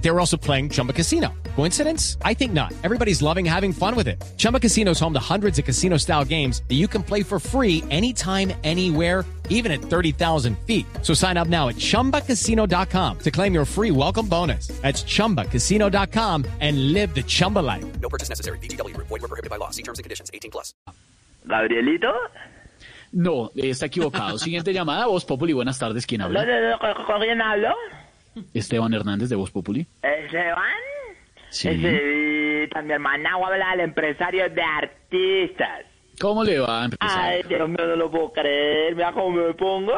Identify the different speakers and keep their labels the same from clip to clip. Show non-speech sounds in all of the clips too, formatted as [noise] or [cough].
Speaker 1: They were also playing Chumba Casino. Coincidence? I think not. Everybody's loving having fun with it. Chumba Casino is home to hundreds of casino style games that you can play for free anytime, anywhere even at 30,000 feet. So sign up now at ChumbaCasino.com to claim your free welcome bonus. That's ChumbaCasino.com and live the Chumba life.
Speaker 2: No purchase necessary. BGW. Void were prohibited by law. See terms and conditions. 18 plus.
Speaker 3: ¿Gabrielito?
Speaker 4: No, eh, está equivocado. Siguiente llamada, Voz Populi. Buenas tardes, ¿quién
Speaker 3: No,
Speaker 4: habla?
Speaker 3: no, no, ¿Con, con quién hablo?
Speaker 4: Esteban Hernández de Voz Populi.
Speaker 3: ¿Esteban?
Speaker 4: Sí.
Speaker 3: Esteban, mi hermana habla del empresario de artistas.
Speaker 4: ¿Cómo le va,
Speaker 3: Ay,
Speaker 4: empresario?
Speaker 3: Dios mío, no lo puedo creer. Mira cómo me pongo.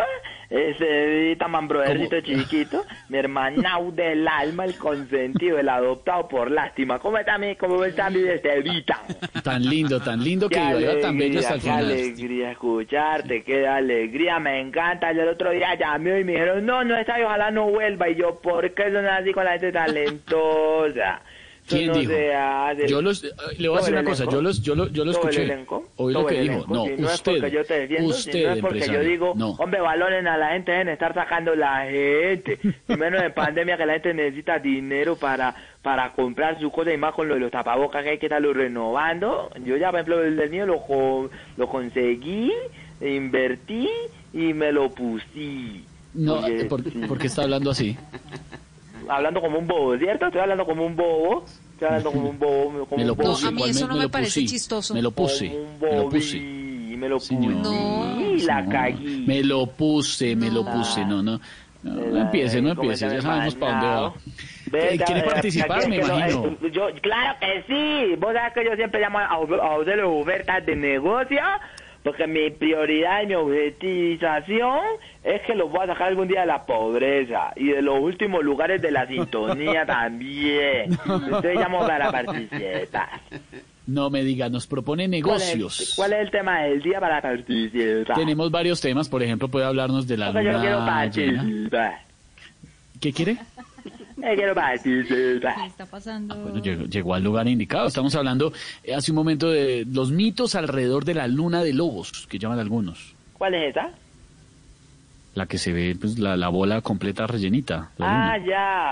Speaker 3: Ese tan brodercito chiquito. Mi hermana del alma, el consentido, el adoptado por lástima. ¿Cómo está mi, cómo está mi Estevita?
Speaker 4: Tan lindo, tan lindo que iba, iba tan bello hasta el
Speaker 3: qué
Speaker 4: final.
Speaker 3: alegría escucharte, qué alegría, me encanta. Yo el otro día llamé y me dijeron, no, no está y ojalá no vuelva. Y yo, ¿por qué son así con la gente [laughs] talentosa? Eso
Speaker 4: ¿Quién
Speaker 3: no
Speaker 4: dijo?
Speaker 3: se hace.
Speaker 4: Yo los, eh, le
Speaker 3: ¿Todo
Speaker 4: voy a decir
Speaker 3: el
Speaker 4: una cosa,
Speaker 3: elenco?
Speaker 4: yo los, yo lo, yo lo
Speaker 3: Todo el
Speaker 4: escuché.
Speaker 3: elenco,
Speaker 4: Oí lo
Speaker 3: todo
Speaker 4: que
Speaker 3: el
Speaker 4: dijo.
Speaker 3: elenco.
Speaker 4: No,
Speaker 3: Si no es porque
Speaker 4: usted,
Speaker 3: yo te defiendo, si no
Speaker 4: usted,
Speaker 3: es porque yo digo,
Speaker 4: empresario. No,
Speaker 3: hombre, valoren a la gente, dejen de estar sacando la gente. Y menos en pandemia que la gente necesita dinero para para comprar sus cosas y más con lo de los tapabocas que hay que estarlo renovando. Yo ya, por ejemplo, el del mío lo, co- lo conseguí, invertí y me lo pusí.
Speaker 4: no,
Speaker 3: Oye, mm.
Speaker 4: eh, ¿por,
Speaker 3: sí.
Speaker 4: por qué está hablando así?
Speaker 3: Hablando como un bobo, ¿cierto? Estoy hablando como un bobo. Estoy hablando como un bobo. Como
Speaker 4: Me lo
Speaker 3: un bobo.
Speaker 4: puse.
Speaker 5: a mí
Speaker 4: igual
Speaker 5: eso no me
Speaker 4: lo
Speaker 5: parece
Speaker 4: pusí,
Speaker 5: chistoso.
Speaker 4: Me lo puse,
Speaker 3: Como un
Speaker 4: me lo
Speaker 3: bobby,
Speaker 4: puse.
Speaker 3: Me lo puse.
Speaker 4: Señor.
Speaker 3: y la cagué.
Speaker 4: Me lo puse, me lo puse, no, no. No, no empiece, no empiece, ya sabemos para dónde va. Eh,
Speaker 3: Vete,
Speaker 4: ¿Quiere
Speaker 3: eh,
Speaker 4: participar?
Speaker 3: aquí
Speaker 4: Me
Speaker 3: es que no,
Speaker 4: imagino.
Speaker 3: eh, yo, claro que sí. Vos sabés que yo siempre llamo a, a usted las ofertas de negocio porque mi prioridad y mi objetivización es que los voy a sacar algún día de la pobreza y de los últimos lugares de
Speaker 4: [laughs]
Speaker 3: la sintonía también. Entonces llamo
Speaker 4: [laughs]
Speaker 3: para participar.
Speaker 4: No me diga, nos propone
Speaker 3: ¿Cuál es-
Speaker 4: negocios.
Speaker 3: ¿Cuál es el tema del día para participar?
Speaker 4: Tenemos varios temas, por ejemplo, puede hablarnos de la
Speaker 3: Porque yo quiero
Speaker 4: luna llena.
Speaker 3: participar.
Speaker 4: ¿Qué quiere? Ah,
Speaker 3: Yo quiero participar.
Speaker 5: ¿Qué está pasando?
Speaker 4: Bueno, llegó, llegó al lugar indicado. Estamos hablando eh, hace un momento de los mitos alrededor de la luna de lobos, que llaman algunos.
Speaker 3: ¿Cuál es esa?
Speaker 4: La que se ve, pues, la, la bola completa rellenita. la luna.
Speaker 3: Ah,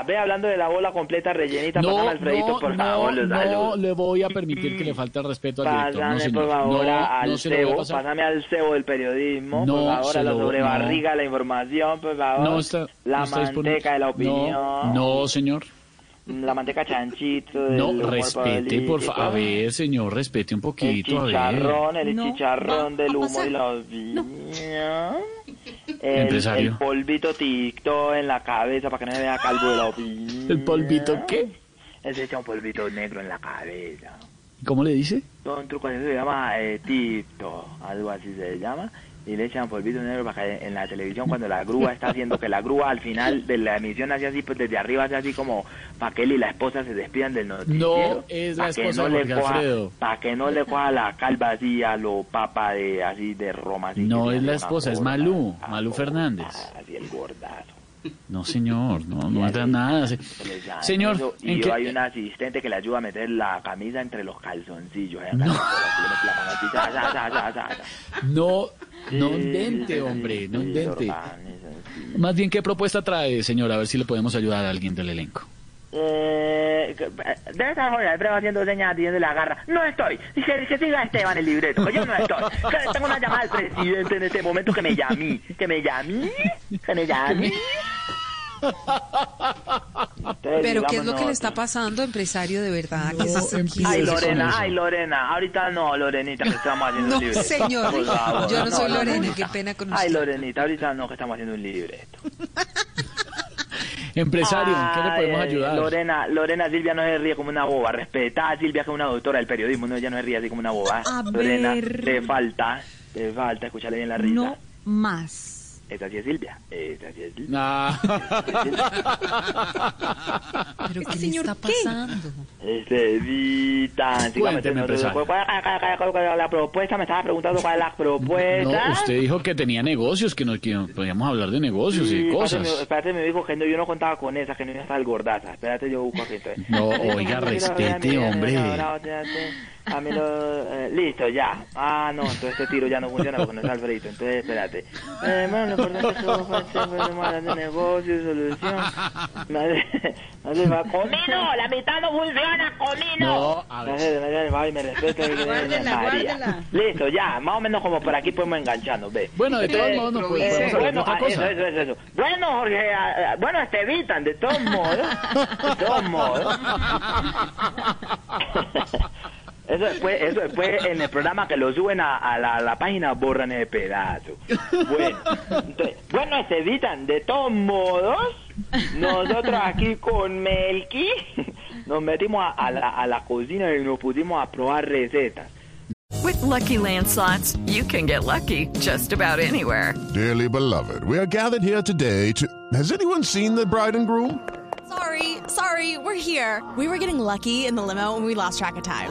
Speaker 3: ya. Ve hablando de la bola completa rellenita.
Speaker 4: no,
Speaker 3: Pásame, Alfredito,
Speaker 4: no,
Speaker 3: por
Speaker 4: no,
Speaker 3: favor. los
Speaker 4: no
Speaker 3: saludos.
Speaker 4: le voy a permitir que le falte el respeto al director.
Speaker 3: Pásame,
Speaker 4: No, señor.
Speaker 3: por favor,
Speaker 4: No,
Speaker 3: al
Speaker 4: no se lo voy a
Speaker 3: cebo.
Speaker 4: pasar.
Speaker 3: Pásame al cebo del periodismo.
Speaker 4: No
Speaker 3: por favor,
Speaker 4: se
Speaker 3: a la
Speaker 4: lo-
Speaker 3: sobrebarriga, de la información, por favor.
Speaker 4: No está,
Speaker 3: la
Speaker 4: no está disponible.
Speaker 3: manteca de la opinión.
Speaker 4: No, no, señor.
Speaker 3: La manteca chanchito. del
Speaker 4: No,
Speaker 3: humor
Speaker 4: respete, por favor. A
Speaker 3: político.
Speaker 4: ver, señor, respete un
Speaker 3: El
Speaker 4: poquito. A ver.
Speaker 3: chicharrón, el
Speaker 5: No,
Speaker 3: chicharrón
Speaker 5: va
Speaker 3: del
Speaker 5: a
Speaker 3: humo
Speaker 5: pasar.
Speaker 3: y la opinión. El,
Speaker 4: Empresario.
Speaker 3: el polvito ticto en la cabeza para que no me vea calvo de la opinión.
Speaker 4: ¿El polvito qué?
Speaker 3: Ese echa un polvito negro en la cabeza.
Speaker 4: ¿Cómo le dice?
Speaker 3: Todo un truco así se llama eh, ticto, algo así se llama. Y le echan polvito negro para que en la televisión cuando la grúa está haciendo que la grúa al final de la emisión hace así, pues desde arriba hace así como para que él y la esposa se despidan del noticiero.
Speaker 4: No es la
Speaker 3: Pa' que
Speaker 4: esposa de
Speaker 3: le
Speaker 4: Jorge
Speaker 3: coja-
Speaker 4: Alfredo.
Speaker 3: para que no le coja la calva así a lo papa de así de Roma. así
Speaker 4: No
Speaker 3: que
Speaker 4: es
Speaker 3: le
Speaker 4: la
Speaker 3: hace una
Speaker 4: esposa, es
Speaker 3: gorda,
Speaker 4: Malú,
Speaker 3: ah,
Speaker 4: Malú
Speaker 3: gorda,
Speaker 4: Fernández.
Speaker 3: Así el gordazo.
Speaker 4: No, señor, no, no era nada. se-
Speaker 3: Les dan
Speaker 4: Señor,
Speaker 3: eso, y
Speaker 4: ¿en
Speaker 3: yo hay
Speaker 4: qué,
Speaker 3: un asistente que le ayuda a meter la camisa entre los calzoncillos. eh, [laughs] calzoncillos, le mete la mano así, za, za, za, za, za, za.
Speaker 4: no, no
Speaker 3: Sí, sí,
Speaker 4: dente,
Speaker 3: sí,
Speaker 4: Este hombre, no
Speaker 3: sí,
Speaker 4: dente.
Speaker 3: Orbanes, así.
Speaker 4: Más bien, ¿qué propuesta trae, señor? A ver si le podemos ayudar a alguien del elenco.
Speaker 3: Eh, que- eh, debe estar Jorge Alfredo haciendo señas de la garra. No estoy. Y Que, que siga Esteban el libreto. que Yo no estoy. Que tengo una llamada al presidente en este momento que me llamí. Que me llamí. Que me
Speaker 4: [laughs]
Speaker 3: llamí. Entonces,
Speaker 5: Pero ¿qué es lo que le
Speaker 3: digámonos,
Speaker 5: está pasando, empiece con eso. No,
Speaker 4: No,
Speaker 5: empiece con eso.
Speaker 4: empiece
Speaker 5: Ay,
Speaker 3: Ay,
Speaker 5: Lorena,
Speaker 4: con
Speaker 3: Lorena,
Speaker 4: eso.
Speaker 3: ay, Lorena. Ahorita no, Lorenita, que estamos haciendo un
Speaker 5: No,
Speaker 3: libreto.
Speaker 5: señor.
Speaker 3: Por favor,
Speaker 5: Yo no soy Lorena,
Speaker 3: Lorenita.
Speaker 5: qué pena con
Speaker 3: Ay,
Speaker 5: usted.
Speaker 3: Lorenita, ahorita no, que estamos haciendo un libreto.
Speaker 4: Empresario, ¿en qué le
Speaker 3: Ay, eh,
Speaker 4: podemos ayudar?
Speaker 3: Lorena, Lorena, Silvia no se ríe como una boba. Respetá a Silvia, que es una doctora del periodismo. No, ella no se ríe así como una boba.
Speaker 5: A
Speaker 3: Lorena,
Speaker 5: ver.
Speaker 3: te falta, te falta escucharle bien la risa.
Speaker 5: No más.
Speaker 3: Esa sí es Silvia. Esa sí es Silvia.
Speaker 4: Ah.
Speaker 5: ¿Pero ¿Este qué le está pasando?
Speaker 3: Estevita,
Speaker 4: Cuénteme, empresario.
Speaker 3: la propuesta, me estaba preguntando cuál es la
Speaker 4: [laughs] No,
Speaker 3: propuesta.
Speaker 4: usted dijo que tenía negocios, que nos que podíamos hablar de negocios y de
Speaker 3: Sí,
Speaker 4: cosas.
Speaker 3: Espérate, me- espérate, me dijo que no, yo no contaba con esa, [laughs] que no iba a estar gordaza. Espérate, yo busco aquí entonces.
Speaker 4: [laughs] No,
Speaker 3: Ay,
Speaker 4: oiga,
Speaker 3: no, no, no,
Speaker 4: respete,
Speaker 3: no, no, no,
Speaker 4: hombre.
Speaker 3: no, no, no, no, no. A mí lo- eh, listo, ya. Ah, no, entonces este tiro ya no funciona porque no es Alfredito. Entonces, espérate. Eh, bueno, lo importante es que vos siempre de negocio, solución. Madre, [laughs] madre, va. ¡Comino! ¡La mitad no funciona! ¡Comino!
Speaker 4: No, a ver.
Speaker 3: Madre, madre, va y me respeta. y-
Speaker 5: [laughs] Guárdela,
Speaker 3: María.
Speaker 5: guárdela.
Speaker 3: Listo, ya. Más o menos como por aquí podemos engancharnos, ve.
Speaker 4: Bueno, de todos modos, no podemos
Speaker 3: Eh,
Speaker 4: hablar de
Speaker 3: bueno,
Speaker 4: otra
Speaker 3: ah, eso,
Speaker 4: cosa.
Speaker 3: eso, eso, eso. Bueno, Jorge, ah, ah, bueno, te evitan, de todos modos. De todos modos.
Speaker 4: [laughs]
Speaker 3: Eso después, eso después en el programa que lo suben a, a la, la página borran ese pedazo. Bueno, entonces, bueno, se editan. De todos modos, nosotros aquí con Melky nos metimos a, a la, a la cocina y nos pusimos a probar recetas.
Speaker 6: With Lucky Land slots, you can get lucky just about anywhere.
Speaker 7: Dearly beloved, we are gathered here today to. Has anyone seen the bride and groom?
Speaker 8: Sorry, sorry, we're here. We were getting lucky in the limo and we lost track of time.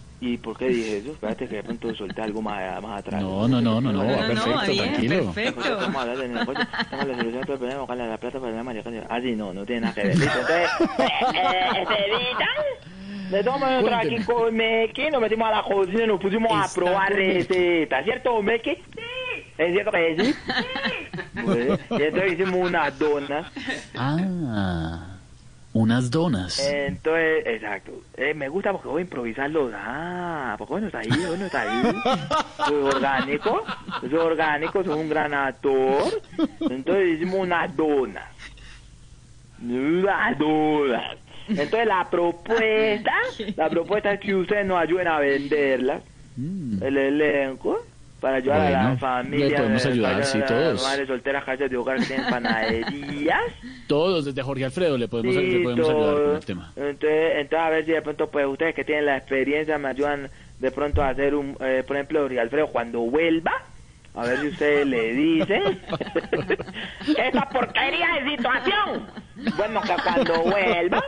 Speaker 3: ¿Y por qué dije eso? Espérate que de pronto solté algo más, más atrás.
Speaker 4: No, no, no, no, no, va
Speaker 5: No, no,
Speaker 4: perfecto,
Speaker 5: va bien,
Speaker 4: tranquilo.
Speaker 3: [laughs]
Speaker 5: perfecto.
Speaker 3: Vamos a hablar de negocio. Tengo la solución para el problema, buscarle la plata para la María Cándido. Ah, sí, no, no tiene nada que ver. Listo, entonces, eh, eh, ¿se evitan? De todos modos, nosotros aquí con Meki nos metimos a la cocina y nos pusimos a
Speaker 5: Está
Speaker 3: probar
Speaker 5: correcto.
Speaker 3: recetas, ¿cierto, Meki? Sí. ¿Es cierto que sí? Pues, y entonces hicimos unas donas.
Speaker 4: Ah, unas
Speaker 3: Eh.
Speaker 4: donas.
Speaker 3: Entonces, exacto. Eh, me gusta porque voy a improvisarlos. Ah, porque hoy no está ahí, hoy no está ahí. Soy orgánico, soy orgánico, soy un gran actor. Entonces hicimos una dona. Una dona. Entonces la propuesta, la propuesta es que ustedes nos ayuden a venderla, el elenco, para ayudar a
Speaker 4: Mm. Bueno,
Speaker 3: las familias.
Speaker 4: le podemos ayudar,
Speaker 3: para
Speaker 4: sí,
Speaker 3: las
Speaker 4: todos.
Speaker 3: Madres solteras, casas de hogar que tienen panaderías.
Speaker 4: Todos, desde Jorge Alfredo, le podemos,
Speaker 3: Sí,
Speaker 4: le podemos ayudar con
Speaker 3: todo. [laughs]
Speaker 4: el tema.
Speaker 3: Entonces, entonces, a ver si de pronto, pues ustedes que tienen la experiencia me ayudan de pronto a hacer un, eh, por ejemplo, Jorge Alfredo, cuando vuelva, a ver si ustedes le
Speaker 4: [laughs]
Speaker 3: dicen. ¡Esta porquería de situación! Bueno, que cuando vuelva,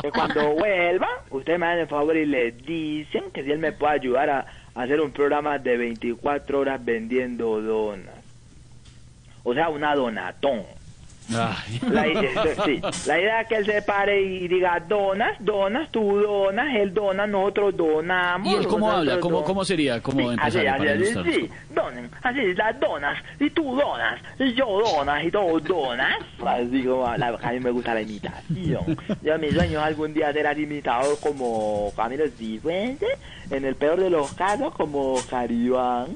Speaker 3: que cuando vuelva, ustedes me dan el favor y le dicen que si él me puede ayudar a, a hacer un programa de 24 horas vendiendo donas. O sea, una donatón.
Speaker 4: Ay,
Speaker 3: La, idea- sí, la idea es que él se pare y diga, donas, donas, tú donas, él dona, nosotros donamos.
Speaker 4: ¿Y él cómo
Speaker 3: nosotros
Speaker 4: habla? ¿Cómo,
Speaker 3: donamos".
Speaker 4: cómo sería?
Speaker 3: Sí,
Speaker 4: ¿Cómo
Speaker 3: así,
Speaker 4: empezaría
Speaker 3: así,
Speaker 4: para
Speaker 3: así,
Speaker 4: ilustrarnos?
Speaker 3: sí, donen, así, las donas, y tú donas, y yo donas, y todos donas. Así como, la- a mí me gusta la imitación. Yo mi sueño es algún día ser así imitador como Camilo Cifuentes, en el peor de los casos como Caribán.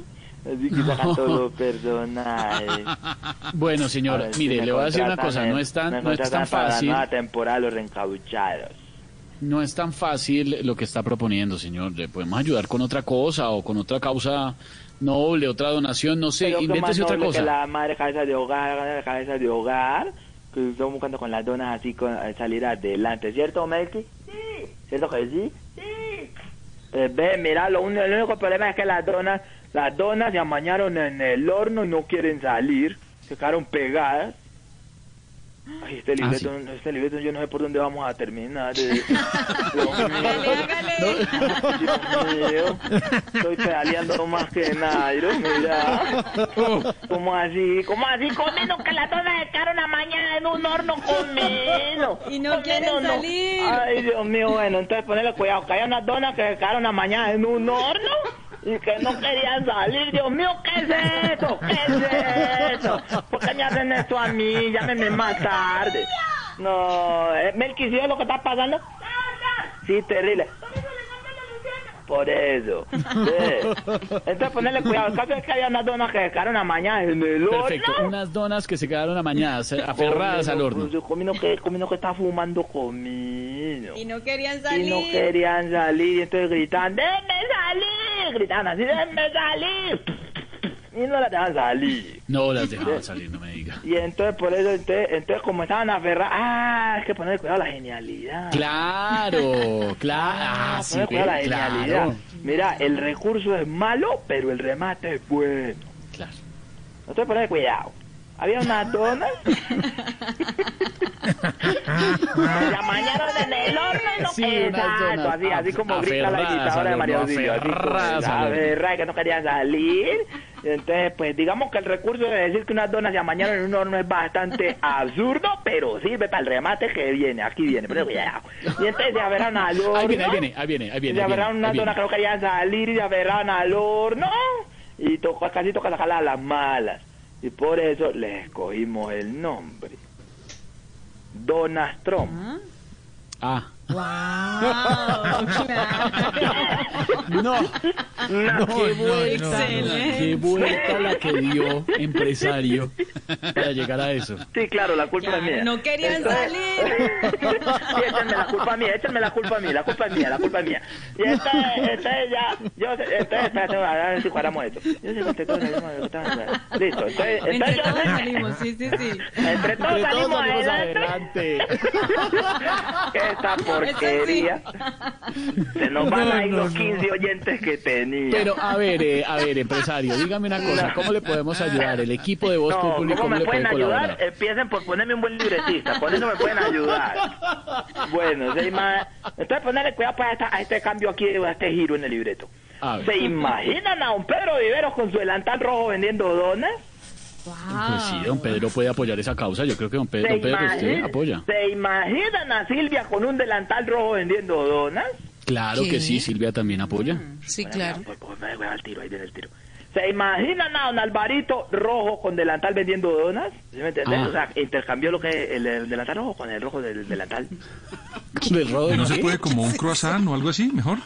Speaker 3: Así que sacan todos los personajes.
Speaker 4: Bueno, señora,
Speaker 3: A ver, si
Speaker 4: mire,
Speaker 3: me
Speaker 4: le voy a decir una
Speaker 3: contratan,
Speaker 4: cosa,
Speaker 3: eh,
Speaker 4: no es
Speaker 3: me
Speaker 4: tan, no es tan
Speaker 3: contratan para la
Speaker 4: fácil,
Speaker 3: nueva temporada los reencauchados.
Speaker 4: no es tan fácil lo que está proponiendo, señor. Le podemos ayudar con otra cosa o con otra causa noble, otra donación, no sé,
Speaker 3: Pero que más
Speaker 4: invéntese otra
Speaker 3: noble
Speaker 4: cosa.
Speaker 3: Que la madre cabeza de hogar, la cabeza de hogar, que estamos buscando con las donas así con, eh, salir adelante, ¿cierto, Melky? Sí. ¿Cierto que sí? Sí. Pues ve, mira, lo único, el único problema es que las donas, las donas se amañaron en el horno y no quieren salir, se quedaron pegadas. Ay, este
Speaker 4: Ah,
Speaker 3: libreto, este libreto yo no sé por dónde vamos a terminar. eh. Dios mío.
Speaker 5: Hágale, hágale.
Speaker 3: Dios mío, estoy pedaleando más que Nairo, mira. ¿Cómo así? ¿Cómo así? Comiendo que las donas se quedaron la mañana en un horno comiendo.
Speaker 5: Y no quieren
Speaker 3: Comiendo,
Speaker 5: salir.
Speaker 3: Ay, Dios mío, bueno, entonces ponele cuidado, que hay unas donas que se quedaron la mañana en un horno. Y que no querían salir, Dios mío, ¿qué es eso? ¿Qué es eso? ¿Por qué me hacen esto a mí? Llámenme más tarde. No, eh, Melqui, ¿sí ves lo que está pasando? Sí, terrible. Por eso. Sí. Entonces ponerle cuidado. El caso es que había unas donas que dejaron la mañana en el horno.
Speaker 4: Perfecto, unas donas que se quedaron amañadas, eh, aferradas al horno.
Speaker 3: Comino, comino que, comino que está fumando comino.
Speaker 5: Y no querían
Speaker 3: Y
Speaker 5: salir.
Speaker 3: no querían salir, y entonces gritaban, ¡Déjenme salir! Gritaban así, ¡Déjenme salir! Y no la dejan salir.
Speaker 4: No las dejaban salir, no me diga.
Speaker 3: Y entonces por eso, entonces, entonces como estaban aferrados, ¡ah! Es que ponerle cuidado a la genialidad.
Speaker 4: [laughs] Claro, claro, ah, sí,
Speaker 3: Ponerle cuidado a la
Speaker 4: ve,
Speaker 3: genialidad.
Speaker 4: claro,
Speaker 3: Mira, el recurso es malo, pero el remate es bueno.
Speaker 4: claro.
Speaker 3: No te pones cuidado. Había unas donas. la mañana en el horno y no
Speaker 4: Sí, unas
Speaker 3: Exacto,
Speaker 4: donas.
Speaker 3: así, así como grita la
Speaker 4: Aferradas
Speaker 3: gritadora de
Speaker 4: al
Speaker 3: María
Speaker 4: horno,
Speaker 3: Auxilio. así como,
Speaker 4: aferradas al
Speaker 3: la
Speaker 4: horno.
Speaker 3: berra que no quería salir. Entonces, pues digamos que el recurso de decir que unas donas se amañaron en un horno es bastante absurdo, pero sirve para el remate que viene. Aquí viene, pero ya. Y entonces se aferran al horno.
Speaker 4: Ahí viene, ahí viene, ahí viene, ahí viene.
Speaker 3: Se
Speaker 4: ahí viene,
Speaker 3: aferraron una
Speaker 4: ahí viene.
Speaker 3: dona que no querían salir y se aferraron al horno. Y tocó, casi toca sacarla a las malas. Y por eso le escogimos el nombre. Donas Trump.
Speaker 4: Ah.
Speaker 5: ¡Wow! Claro.
Speaker 4: No,
Speaker 3: No,
Speaker 4: qué vuelta,
Speaker 5: Excelente.
Speaker 4: qué vuelta la que dio [laughs] empresario para llegar a eso.
Speaker 3: Sí, claro, la culpa es mía.
Speaker 5: No querían salir.
Speaker 3: [laughs] Sí, échenme la culpa a mí, échenme la culpa a mí, la culpa es mía, la culpa es mía. Y entonces, entonces ya, yo, entonces, espérate, a ver si cuadramos esto. Yo sí conté con el mismo de- Listo, entonces,
Speaker 5: Entre
Speaker 3: entonces yo-
Speaker 5: todos salimos, sí, sí, sí.
Speaker 3: Entre todos salimos adelante.
Speaker 4: adelante.
Speaker 3: Esta porquería. Se nos van a ir los 15 oyentes que tenía.
Speaker 4: Pero a ver, eh, a ver, empresario, dígame una cosa, ¿cómo le podemos ayudar? El equipo de Voz
Speaker 3: no,
Speaker 4: Populi,
Speaker 3: ¿cómo me
Speaker 4: le
Speaker 3: pueden
Speaker 4: puede
Speaker 3: ayudar?
Speaker 4: colaborar?
Speaker 3: Empiecen por ponerme un buen libretista, por eso me pueden ayudar. Bueno, seis más. Entonces ponerle cuidado pues, a, esta- a este cambio aquí, a este giro en el libreto.
Speaker 4: A ver.
Speaker 3: Eh, ¿Se imaginan a un Pedro Viveros con su delantal rojo vendiendo donas?
Speaker 4: Pues sí, don Pedro puede apoyar esa causa, yo creo que don Pedro,
Speaker 3: ¿Se,
Speaker 4: don Pedro
Speaker 3: imagin-
Speaker 4: usted apoya.
Speaker 3: ¿Se imaginan a Silvia con un delantal rojo vendiendo donas?
Speaker 4: Claro
Speaker 5: ¿Qué?
Speaker 4: que sí, Silvia también apoya.
Speaker 5: Sí, claro.
Speaker 3: Pues, pues, me voy al tiro, ahí viene el tiro. ¿Se imaginan a don Alvarito rojo con delantal vendiendo donas? ¿Sí me entendés?
Speaker 4: Ah.
Speaker 3: O sea, intercambió lo que es el, el delantal rojo con el rojo del delantal.
Speaker 4: Del robo de
Speaker 9: ¿No se
Speaker 4: qué?
Speaker 9: puede como un croissant o algo así, mejor?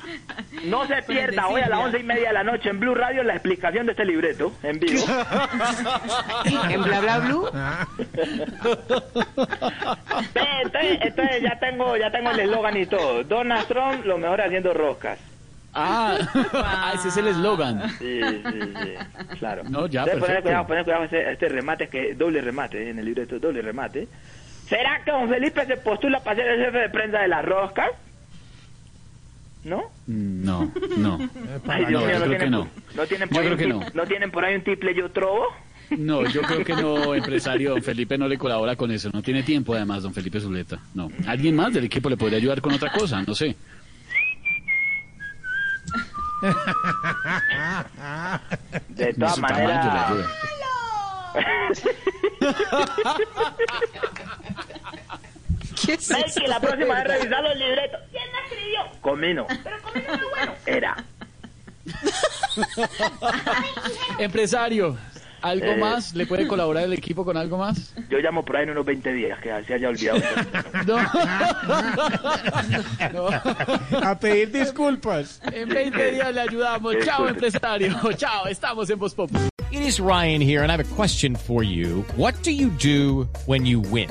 Speaker 3: No se pierda hoy a las once y media de la noche en Blue Radio la explicación de este libreto en vivo.
Speaker 5: [laughs] En bla bla blue.
Speaker 3: Ve, entonces, entonces ya tengo ya tengo el eslogan y todo. Donald Trump lo mejor haciendo roscas.
Speaker 4: Ah, [laughs] ah, ese es el eslogan.
Speaker 3: Sí, sí, sí. Claro.
Speaker 4: No, ya,
Speaker 3: Entonces, poner
Speaker 4: perfecto.
Speaker 3: cuidado, poner cuidado a este, a este remate, que es doble remate eh, en el libreto, doble remate. ¿Será que don Felipe se postula para ser el jefe de prensa de las roscas? ¿No?
Speaker 4: No, no.
Speaker 3: Ay, Dios mío,
Speaker 4: no, yo creo que
Speaker 3: tienen,
Speaker 4: no.
Speaker 3: no tienen
Speaker 4: Yo
Speaker 3: por ahí
Speaker 4: creo
Speaker 3: un
Speaker 4: que no.
Speaker 3: tip- tienen por ahí un tiple yo trobo?
Speaker 4: No, yo creo que no, empresario. Don Felipe no le colabora con eso. No tiene tiempo, además, don Felipe Zuleta. No. Alguien más del equipo le podría ayudar con otra cosa, no sé.
Speaker 3: De
Speaker 4: De
Speaker 3: todas
Speaker 4: su tamaño le
Speaker 3: maneras.
Speaker 4: ayuda.
Speaker 5: ¿Qué es
Speaker 3: Ven
Speaker 5: eso?
Speaker 3: que la próxima vez revisar los libretos. ¿Quién la escribió? Comino. Pero Comino era bueno. Era.
Speaker 4: Empresario, ¿algo
Speaker 3: Eh.
Speaker 4: más? ¿Le puede colaborar el equipo con algo más?
Speaker 3: Yo llamo por ahí en unos 20 días, que se haya olvidado. [laughs]
Speaker 4: No.
Speaker 10: A pedir disculpas.
Speaker 4: En 20 días le ayudamos. Chao, empresario. Chao, estamos en Voz Populi.
Speaker 1: It is Ryan here, and I have a question for you. What do you do when you win?